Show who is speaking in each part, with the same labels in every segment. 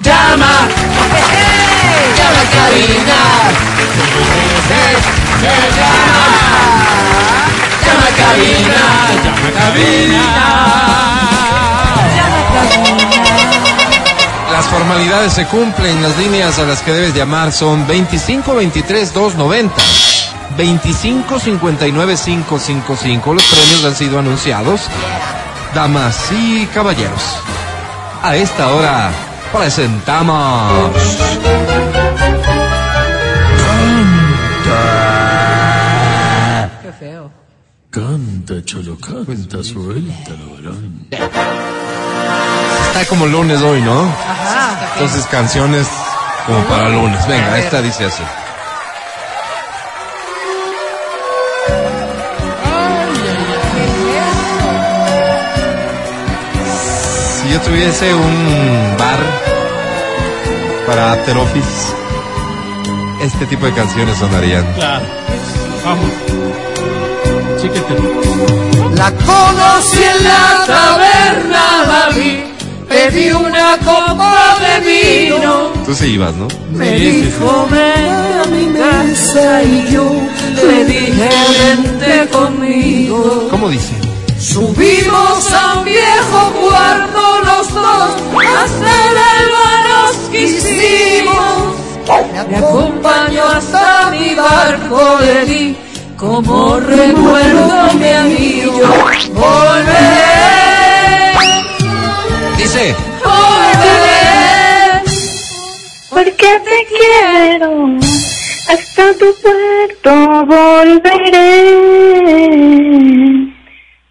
Speaker 1: llama. Llama a cabina. Llama a cabina. Llama a cabina.
Speaker 2: Las formalidades se cumplen, las líneas a las que debes llamar son 25 23 290. 25 59 555. Los premios han sido anunciados. Damas y caballeros, a esta hora presentamos.
Speaker 3: Qué feo.
Speaker 4: Canta, cholo, canta, suéltalo, varón.
Speaker 2: Está como lunes hoy, ¿no?
Speaker 3: Ajá.
Speaker 2: Entonces canciones como para lunes. Venga, esta dice así. Si yo tuviese un bar para after office, este tipo de canciones sonarían.
Speaker 4: Claro. Vamos. Chiquete.
Speaker 1: La conocí en la taberna, la vi. Pedí una copa de vino.
Speaker 2: Tú sí ibas, ¿no?
Speaker 1: Me dijo, ven a mi mesa y yo le dije, vente conmigo.
Speaker 2: ¿Cómo dice?
Speaker 1: Subimos a un viejo cuarto los dos, hacer el nos quisimos. Me acompañó hasta mi barco, le di como recuerdo mi anillo. Volveré,
Speaker 2: Dice.
Speaker 1: volveré.
Speaker 5: Porque te quiero, hasta tu puerto volveré,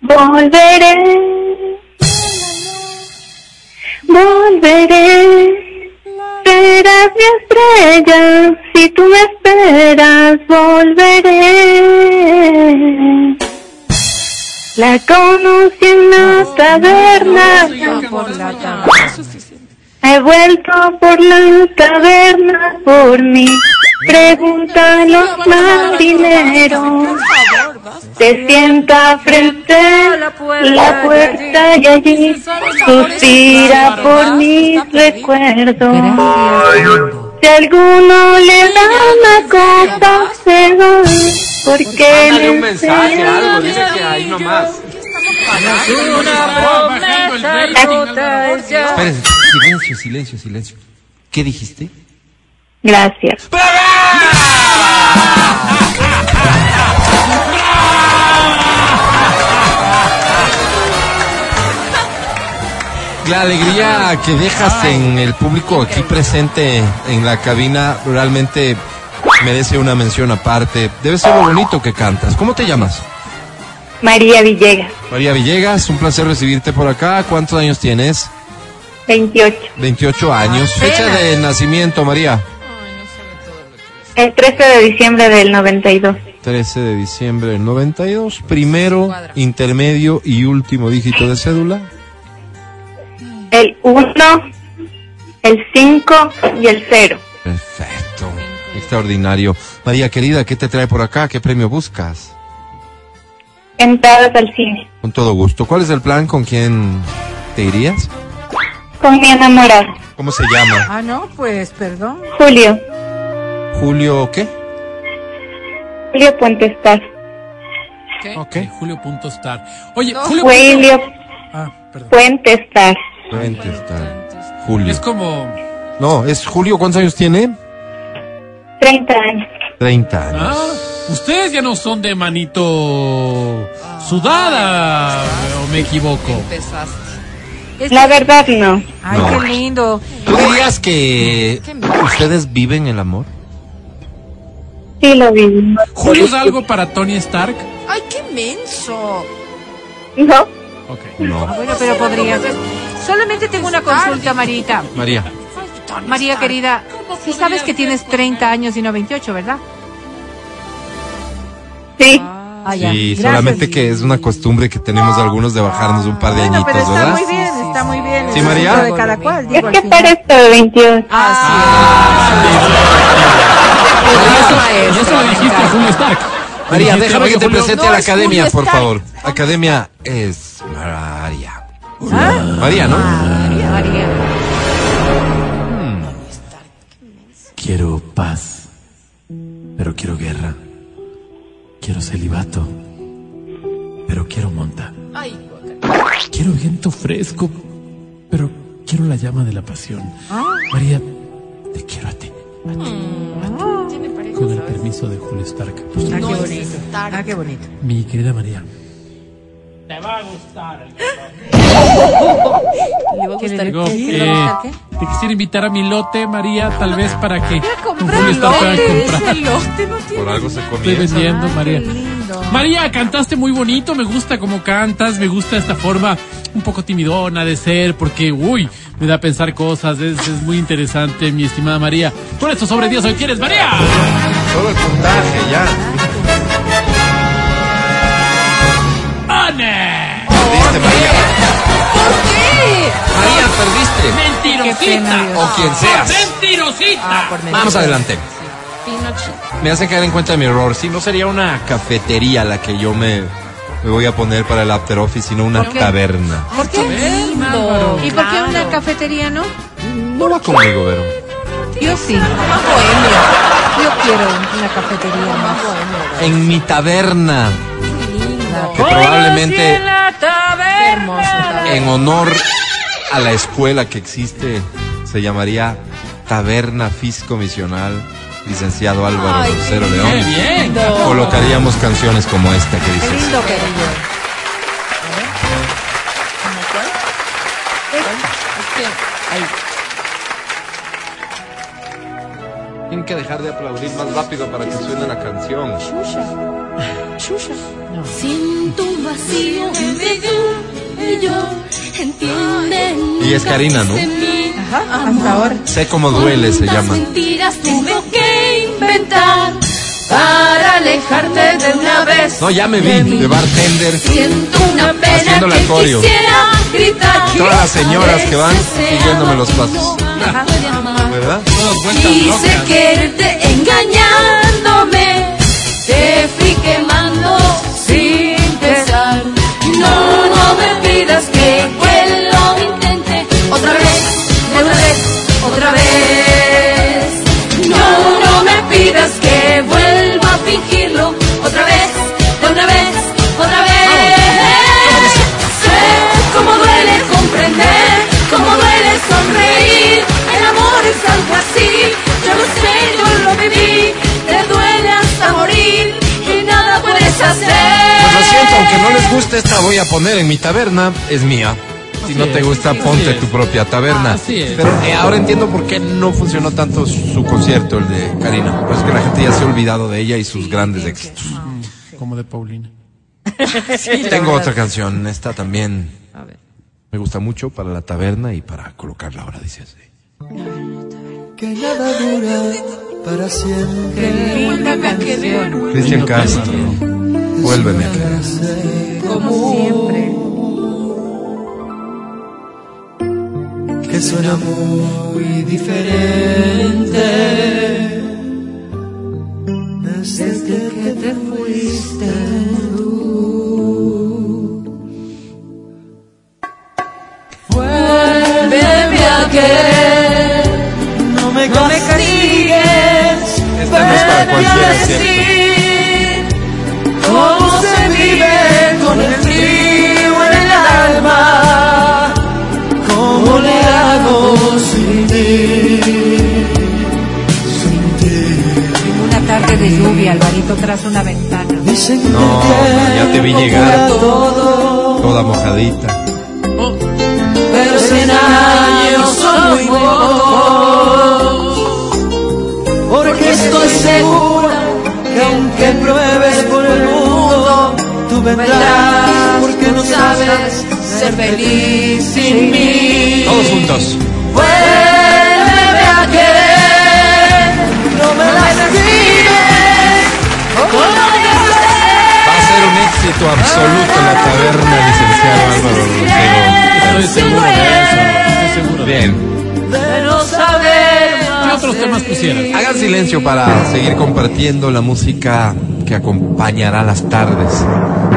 Speaker 5: volveré, volveré. Serás mi estrella, si tú me esperas, volveré. La conocí en la taberna.
Speaker 3: Por la tan-
Speaker 5: He vuelto por la taberna por mí. Pregunta a los marineros. Se sienta frente a la puerta y allí suspira por mis recuerdos.
Speaker 3: Gracias.
Speaker 5: Si alguno le da una copa, se va. Porque
Speaker 2: Dale un
Speaker 5: le
Speaker 2: mensaje,
Speaker 5: enseña
Speaker 2: algo. Dice que ahí nomás. Espérense. Silencio, silencio, silencio. ¿Qué dijiste?
Speaker 5: Gracias.
Speaker 2: La alegría que dejas en el público aquí presente en la cabina realmente merece una mención aparte. Debe ser lo bonito que cantas. ¿Cómo te llamas?
Speaker 5: María Villegas,
Speaker 2: María Villegas, un placer recibirte por acá. ¿Cuántos años tienes?
Speaker 5: 28.
Speaker 2: 28 años. Fecha de nacimiento, María.
Speaker 5: El 13 de diciembre del 92.
Speaker 2: 13 de diciembre del 92. Primero, intermedio y último dígito de cédula.
Speaker 5: el 1, el 5 y el 0.
Speaker 2: Perfecto. Extraordinario. María querida, ¿qué te trae por acá? ¿Qué premio buscas?
Speaker 5: Entradas al cine.
Speaker 2: Con todo gusto. ¿Cuál es el plan? ¿Con quién te irías?
Speaker 5: Con mi enamorado,
Speaker 2: ¿Cómo se llama?
Speaker 3: Ah, no, pues, perdón.
Speaker 5: Julio.
Speaker 2: Julio, ¿qué?
Speaker 5: Julio Puentestar.
Speaker 4: Ok. Julio.star. Oye, Julio.
Speaker 5: Julio
Speaker 4: Ah, perdón.
Speaker 5: Puentestar.
Speaker 2: Vente, está. Julio.
Speaker 4: Es como.
Speaker 2: No, es Julio. ¿Cuántos años tiene?
Speaker 5: 30 años.
Speaker 2: 30 años.
Speaker 4: Ah, ustedes ya no son de manito sudada, o me equivoco.
Speaker 5: La verdad, no.
Speaker 3: Ay,
Speaker 2: No.
Speaker 3: qué lindo.
Speaker 2: ¿Tú dirías que
Speaker 3: Qué miedo.
Speaker 2: ustedes viven el amor?
Speaker 5: Sí lo vivimos.
Speaker 4: ¿Julio es algo para Tony Stark?
Speaker 6: Ay, Ah, qué menso.
Speaker 5: ¿No?
Speaker 4: Ok.
Speaker 2: No.
Speaker 3: Bueno, pero podría ser. Solamente tengo una consulta, Marita.
Speaker 2: María.
Speaker 3: María querida, si sabes que tienes 30 años y no 28, ¿verdad?
Speaker 5: Sí.
Speaker 3: Ah, ya.
Speaker 2: Sí,
Speaker 3: Gracias.
Speaker 2: solamente que es una costumbre que tenemos algunos de bajarnos un par de
Speaker 3: Bueno,
Speaker 2: añitos,
Speaker 3: pero está
Speaker 2: ¿verdad?
Speaker 3: muy bien, está muy bien.
Speaker 2: Sí,
Speaker 3: Es un
Speaker 2: María.
Speaker 3: gusto de cada cual,
Speaker 5: Es
Speaker 3: digo, al
Speaker 5: que
Speaker 3: final.
Speaker 5: parezco de 28.
Speaker 1: Ah.
Speaker 2: Ah,
Speaker 4: Y eso lo dijiste a Julio Stark.
Speaker 2: María,
Speaker 4: Dijiste,
Speaker 2: déjame
Speaker 4: oye,
Speaker 2: que te
Speaker 4: Julio,
Speaker 2: presente
Speaker 6: no,
Speaker 2: a la
Speaker 6: es
Speaker 2: academia,
Speaker 6: Julio
Speaker 2: por
Speaker 6: Stark.
Speaker 2: favor. Academia es
Speaker 3: Ah.
Speaker 2: María. María, ¿no?
Speaker 3: María, María.
Speaker 4: celibato. Pero quiero monta.
Speaker 6: Ay, guaca-
Speaker 4: Quiero viento fresco, pero quiero la llama de la pasión. María, te quiero a ti. a ti, a ti. Con el permiso de Julio Stark.
Speaker 3: Ah,
Speaker 6: No
Speaker 3: qué
Speaker 6: es
Speaker 3: bonito.
Speaker 6: estar.
Speaker 3: Ah, qué bonito.
Speaker 4: Mi querida María,
Speaker 6: le va a
Speaker 3: ¿Quién
Speaker 6: gustar.
Speaker 3: le-
Speaker 4: digo,
Speaker 3: ¿Qué?
Speaker 4: eh,
Speaker 3: ¿Qué?
Speaker 4: te quisiera invitar a mi lote, María, tal vez para que con
Speaker 3: comprar
Speaker 4: Julio Stark pueda
Speaker 3: lotes,
Speaker 4: comprar.
Speaker 6: El lote no tiene.
Speaker 2: Por algo se
Speaker 4: Estoy
Speaker 2: comienza.
Speaker 4: vendiendo,
Speaker 3: Ay,
Speaker 4: María.
Speaker 3: Ah, qué lindo.
Speaker 4: María, cantaste muy bonito, me gusta cómo cantas, me gusta esta forma un poco timidona de ser, porque, uy, me da a pensar cosas, es, es muy interesante, mi estimada María. Con estos sobre 10 hoy quieres, María.
Speaker 2: Todo el puntaje, ya.
Speaker 4: ¡Ane!
Speaker 2: Perdiste, María.
Speaker 6: ¿Por qué?
Speaker 2: María, perdiste.
Speaker 3: Qué
Speaker 4: ¡Mentirosita!
Speaker 3: pena, Dios.
Speaker 2: O quien seas.
Speaker 6: Ah,
Speaker 4: ¡Mentirosita!
Speaker 2: Vamos adelante.
Speaker 6: Pinocho.
Speaker 2: Me hace caer en cuenta de mi error. Si no sería una cafetería la que yo me, me voy a poner para el after office, sino una
Speaker 3: ¿Por qué?
Speaker 2: taberna.
Speaker 3: ¿Por qué?
Speaker 6: Lindo.
Speaker 3: ¿Y por qué una
Speaker 6: Claro.
Speaker 3: cafetería no?
Speaker 2: No va conmigo, Vero.
Speaker 3: Yo sí.
Speaker 6: Más bohemio.
Speaker 3: Yo quiero una cafetería
Speaker 6: Más
Speaker 3: más.
Speaker 6: bohemio.
Speaker 2: En mi taberna,
Speaker 6: Lindo.
Speaker 2: que probablemente
Speaker 6: Qué hermoso. tal.
Speaker 2: en honor a la escuela que existe se llamaría Taberna Fisco Misional, licenciado Álvaro
Speaker 6: Ay,
Speaker 2: Lucero
Speaker 6: qué
Speaker 2: León.
Speaker 4: ¡Qué bien!
Speaker 2: Colocaríamos canciones como esta que
Speaker 3: Qué
Speaker 2: dices.
Speaker 3: lindo, querido.
Speaker 2: Tienen que dejar de aplaudir más rápido para que suene la canción.
Speaker 7: Siento un vacío entre tú y yo. Entiende.
Speaker 2: Y es
Speaker 7: nunca
Speaker 2: Karina, ¿no?
Speaker 7: quise mi
Speaker 3: Ajá, hasta ahora.
Speaker 2: Sé cómo duele, se
Speaker 7: Cuántas
Speaker 2: llama.
Speaker 7: mentiras tengo que inventar.
Speaker 6: Para alejarte de una vez.
Speaker 2: No, ya me vi, de bartender.
Speaker 7: Siento una pena
Speaker 2: Haciendo la
Speaker 7: que
Speaker 2: coreo.
Speaker 7: quisiera gritar.
Speaker 2: Todas las señoras que van
Speaker 7: Ese se
Speaker 2: siguiéndome
Speaker 7: ama
Speaker 2: los
Speaker 7: y
Speaker 2: pasos.
Speaker 7: no me puede amar.
Speaker 2: ¿Verdad?
Speaker 7: Quise quererte engañándome. Te fui quemando sin pesar. No, no me pidas que lo intente otra vez, otra vez, otra vez. No, no me pidas que vuelva a fingirlo otra vez, otra vez, otra vez. Sé cómo duele comprender, cómo duele sonreír. El amor es algo así, yo lo sé, yo lo viví. Te duele hasta morir y nada puedes hacer.
Speaker 2: Pues lo siento, aunque no les guste esta, voy a poner en mi taberna, es mía. Si no
Speaker 4: es,
Speaker 2: te gusta,
Speaker 4: así
Speaker 2: ponte
Speaker 4: es. Ah,
Speaker 2: tu propia taberna.
Speaker 4: Así es.
Speaker 2: Pero eh, ahora entiendo por qué no funcionó tanto su concierto, el de Karina. Pues que la gente ya se ha olvidado de ella y sus grandes éxitos.
Speaker 4: Como de Paulina.
Speaker 2: Tengo otra canción, esta también.
Speaker 6: A ver.
Speaker 2: Me gusta mucho para la taberna y para colocarla ahora, dice así.
Speaker 1: Que nada dura para siempre.
Speaker 3: Qué linda canción.
Speaker 2: Cristian Castro, vuélveme a querer.
Speaker 3: Como siempre.
Speaker 1: que suena muy diferente desde que te fuiste tú. Vuélveme a querer, no me castigues,
Speaker 2: Esta no es para cualquiera, es cierto.
Speaker 1: cómo se vive con el frío en el alma, cómo le hago sin ti, sin ti.
Speaker 3: En una tarde de lluvia, Alvarito tras una ventana.
Speaker 1: Dicen que
Speaker 2: No, ya te vi
Speaker 1: tiempo
Speaker 2: llegar.
Speaker 1: cura todo,
Speaker 2: Toda mojadita.
Speaker 1: pero cien años son muy pocos, porque estoy segura que aunque pruebes por el mundo, tú vendrás porque no sabes ser feliz sin mí.
Speaker 2: Todos juntos.
Speaker 1: Vuelve a querer, no me lastimes,
Speaker 2: Va a ser un éxito absoluto en la taberna, licenciado Álvaro Rosero.
Speaker 4: Estoy seguro de eso. Estoy seguro de
Speaker 2: Bien,
Speaker 1: de no saber
Speaker 4: eso.
Speaker 6: Ah,
Speaker 4: ¿Qué otros temas pusieras?
Speaker 2: hagan silencio para seguir compartiendo la música que acompañará las tardes.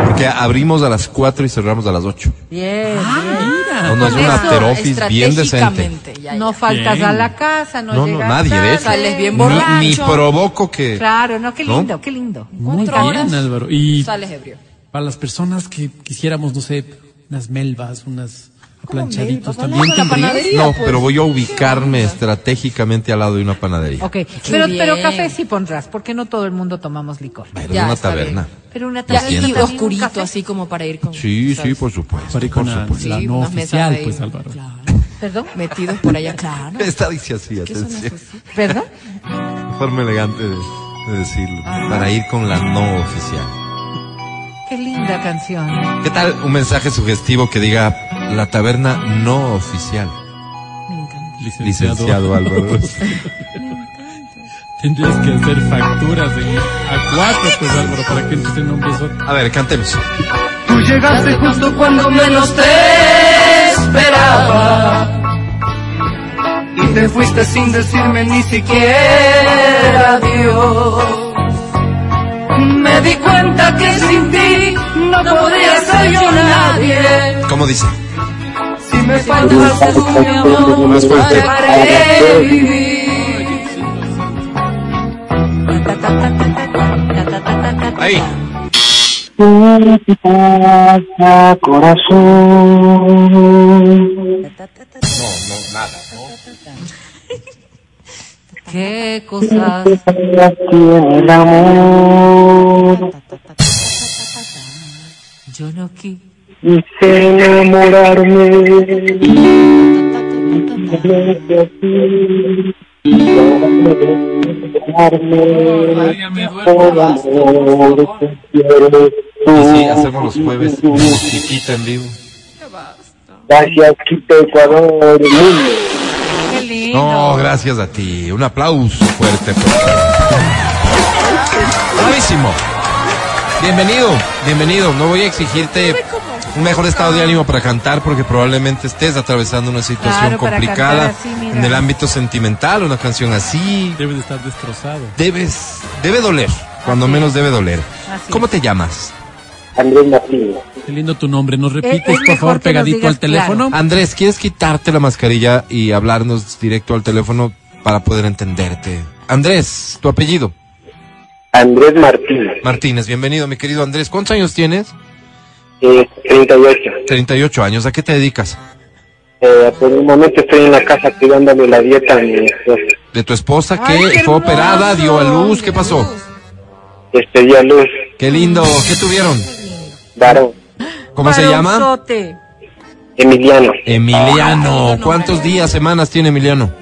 Speaker 2: Porque abrimos a las 4 y cerramos a las 8.
Speaker 6: Bien.
Speaker 4: Ah, mira.
Speaker 2: No, no es un
Speaker 6: Eso
Speaker 2: after office bien decente.
Speaker 6: estratégicamente. ya,
Speaker 3: No
Speaker 6: ya.
Speaker 3: faltas
Speaker 4: Bien.
Speaker 3: a la casa, no,
Speaker 2: No, no,
Speaker 3: llegas
Speaker 2: nadie, de
Speaker 3: tarde.
Speaker 2: hecho.
Speaker 6: Sales bien borracho.
Speaker 2: Ni, ni provoco que...
Speaker 3: Claro, no, qué
Speaker 2: ¿No?
Speaker 3: lindo, qué lindo.
Speaker 4: Muy
Speaker 6: Cuatro
Speaker 4: bien,
Speaker 6: horas.
Speaker 4: Álvaro. Y
Speaker 6: Sales ebrio.
Speaker 4: para las personas que quisiéramos, no sé, unas melvas, unas planchaditos
Speaker 6: melvas?
Speaker 4: también
Speaker 6: Vamos a la
Speaker 4: tendrías.
Speaker 6: panadería.
Speaker 2: No,
Speaker 6: pues.
Speaker 2: pero voy a ubicarme estratégicamente al lado de una panadería.
Speaker 3: Ok, pero,
Speaker 6: bien.
Speaker 3: pero café sí pondrás, porque no todo el mundo tomamos licor.
Speaker 2: Pero
Speaker 6: Ya,
Speaker 2: de una
Speaker 6: está bien.
Speaker 2: taberna.
Speaker 3: Pero una
Speaker 6: Ya,
Speaker 2: Entiendo.
Speaker 3: taberna
Speaker 6: y
Speaker 3: también, un
Speaker 6: oscurito,
Speaker 3: café.
Speaker 6: así como para ir con.
Speaker 2: Sí,
Speaker 6: ¿sabes?
Speaker 2: sí, por supuesto.
Speaker 4: Para ir con
Speaker 2: por
Speaker 4: la-
Speaker 2: supuesto.
Speaker 4: Pues la
Speaker 6: Sí,
Speaker 4: no
Speaker 6: unas mesas
Speaker 4: oficial,
Speaker 6: ahí.
Speaker 4: pues, Álvaro.
Speaker 6: Claro.
Speaker 3: Perdón,
Speaker 6: Metidos por allá, claro.
Speaker 2: Esta dice así,
Speaker 6: ¿Qué son esas
Speaker 2: atención.
Speaker 6: cosas?
Speaker 3: perdón.
Speaker 2: Forma elegante de, de decirlo. Para ir con la no oficial.
Speaker 3: Qué linda canción.
Speaker 2: ¿Qué tal un mensaje sugestivo que diga la taberna no oficial?
Speaker 6: Me encanta.
Speaker 2: Licenciado Álvaro.
Speaker 4: Tendrías que hacer facturas en A4, pues Álvaro, para que entres en un beso.
Speaker 2: A ver, cantemos.
Speaker 1: Tú llegaste justo cuando menos
Speaker 6: te esperaba.
Speaker 1: y te fuiste sin decirme ni
Speaker 6: Quiera Dios. Me di cuenta que sin ti no podría ser yo nadie.
Speaker 2: ¿Cómo dice?
Speaker 1: si me
Speaker 6: Faltaste tú, mi amor, para qué vivir.
Speaker 2: Ahí.
Speaker 5: ¿Qué te pasa, corazón?
Speaker 2: No, no, nada.
Speaker 3: Qué cosas.
Speaker 5: Tiene el amor
Speaker 3: Yo no quise.
Speaker 5: y sé enamorarme de ti. Enamorarme
Speaker 4: María, me
Speaker 5: toda porque quieres
Speaker 2: Así
Speaker 5: tú.
Speaker 2: hacemos los jueves musiquita en vivo.
Speaker 5: Gracias, Quito Ecuador, el mundo.
Speaker 3: Qué lindo.
Speaker 2: No, gracias a ti. Un aplauso fuerte. por favor. Bravísimo. Bienvenido, bienvenido. No voy a exigirte un mejor estado de ánimo para cantar porque probablemente estés atravesando una situación
Speaker 3: Claro, para
Speaker 2: complicada
Speaker 3: cantar así, mira.
Speaker 2: en el ámbito sentimental. Una canción así
Speaker 4: Debes de estar destrozado.
Speaker 2: debes, debe doler, cuando menos debe doler.
Speaker 3: Así
Speaker 2: ¿Cómo te llamas?
Speaker 5: Andrés Martínez.
Speaker 4: Qué lindo tu nombre. ¿Nos repites,
Speaker 3: es
Speaker 4: por
Speaker 3: mejor
Speaker 4: favor,
Speaker 3: que nos
Speaker 4: pegadito
Speaker 3: digas
Speaker 4: al teléfono?
Speaker 2: Andrés, ¿quieres quitarte la mascarilla y hablarnos directo al teléfono para poder entenderte? Andrés, tu apellido.
Speaker 5: Andrés Martínez,
Speaker 2: Martínez, bienvenido, mi querido Andrés. ¿Cuántos años tienes?
Speaker 5: eh, 38.
Speaker 2: 38 años. ¿A qué te dedicas?
Speaker 5: Eh, por el momento estoy en la casa cuidándole la dieta a mi pues, esposa.
Speaker 2: De tu esposa que
Speaker 3: Ay, qué
Speaker 2: fue
Speaker 3: hermoso.
Speaker 2: operada, dio a luz. ¿Qué pasó?
Speaker 5: Este día luz,
Speaker 2: Qué lindo. ¿Qué tuvieron?
Speaker 5: varón,
Speaker 2: ¿Cómo se llama?
Speaker 3: Paronzote.
Speaker 5: Emiliano.
Speaker 3: Ah,
Speaker 2: Emiliano. ¿Cuántos días, semanas tiene Emiliano?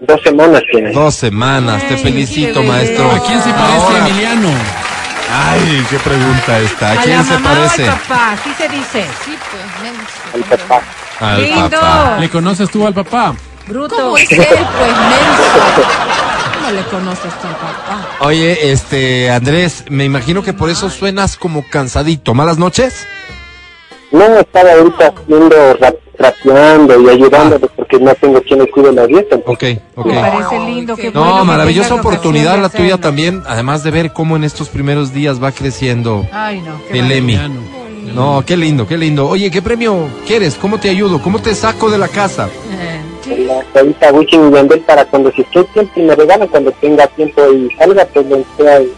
Speaker 5: Dos semanas tiene.
Speaker 2: Dos semanas. Te felicito,
Speaker 3: qué
Speaker 2: maestro.
Speaker 4: ¿A quién se parece
Speaker 2: Ahora-
Speaker 4: Emiliano?
Speaker 2: Ay, qué pregunta esta. ¿A
Speaker 3: A
Speaker 2: quién
Speaker 3: la
Speaker 2: se
Speaker 3: mamá o
Speaker 2: parece?
Speaker 3: al papá, así se dice.
Speaker 6: Sí, pues,
Speaker 5: El
Speaker 6: menso.
Speaker 5: papá.
Speaker 2: Al
Speaker 3: Lindo.
Speaker 2: papá.
Speaker 4: ¿Le conoces tú al papá?
Speaker 3: Bruto.
Speaker 6: ¿Cómo es él, pues, menso? ¿Cómo le conoces tú al papá?
Speaker 2: Oye, este, Andrés, me imagino que por eso suenas como cansadito. ¿Malas noches?
Speaker 5: No, estaba ahorita haciendo, rap- rapeando y ayudándole porque no tengo quien le cuide la dieta.
Speaker 2: Ok, ok.
Speaker 3: Me parece lindo que
Speaker 2: No, maravillosa oportunidad la tuya también, además de ver cómo en estos primeros días va creciendo
Speaker 3: Ay, no. qué
Speaker 2: el Emmy.
Speaker 4: Emiliano.
Speaker 2: No, qué lindo, qué lindo. Oye, ¿qué premio quieres? ¿Cómo te ayudo? ¿Cómo te saco de la casa?
Speaker 5: La revista Wiki y Yandel para cuando si estoy siempre me regalan cuando tenga tiempo y salga, pues lo sea y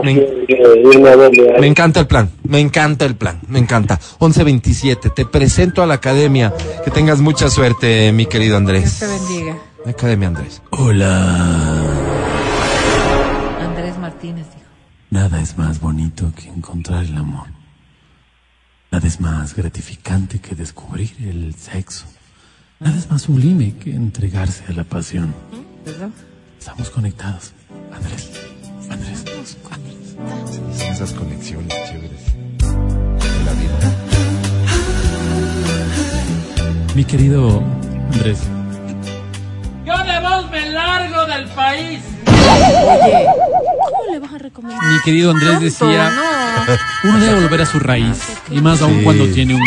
Speaker 2: Me,
Speaker 5: así, eh, irme a verle. a
Speaker 2: me
Speaker 5: él.
Speaker 2: encanta el plan, me encanta el plan, me encanta. 1127, te presento a la academia. Que tengas mucha suerte, mi querido Andrés.
Speaker 3: Dios te bendiga.
Speaker 2: Academia Andrés.
Speaker 3: Andrés Martínez dijo.
Speaker 4: Nada es más bonito que encontrar el amor. Nada es más gratificante que descubrir el sexo. Nada es más sublime que entregarse a la pasión. Estamos conectados. Andrés, Andrés.
Speaker 2: Esas conexiones chéveres.
Speaker 4: Mi querido Andrés.
Speaker 6: ¿Cómo le vas a recomendar?
Speaker 4: Mi querido Andrés decía, uno debe volver a su raíz. Y más aún
Speaker 2: Sí,
Speaker 4: cuando tiene un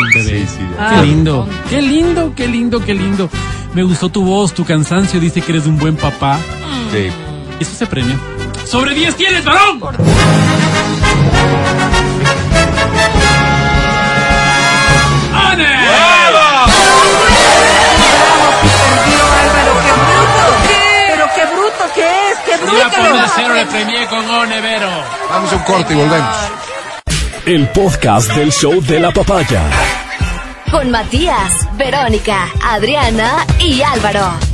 Speaker 2: sí,
Speaker 4: bebé.
Speaker 2: sí, de
Speaker 4: qué lindo, qué lindo, qué lindo, qué lindo. Me gustó tu voz, tu cansancio, dice que eres un buen papá.
Speaker 2: Sí.
Speaker 4: Eso se premia. ¡Sobre 10 tienes, varón! ¡Ane!
Speaker 3: Dios, Álvaro, qué bruto. Pero qué bruto que es, qué
Speaker 4: Yo la
Speaker 3: bruto.
Speaker 4: pongo a cero, le premié con Onevero.
Speaker 2: Vamos a un corte y volvemos.
Speaker 8: El podcast del show de la papaya.
Speaker 1: Con Matías, Verónica, Adriana y Álvaro.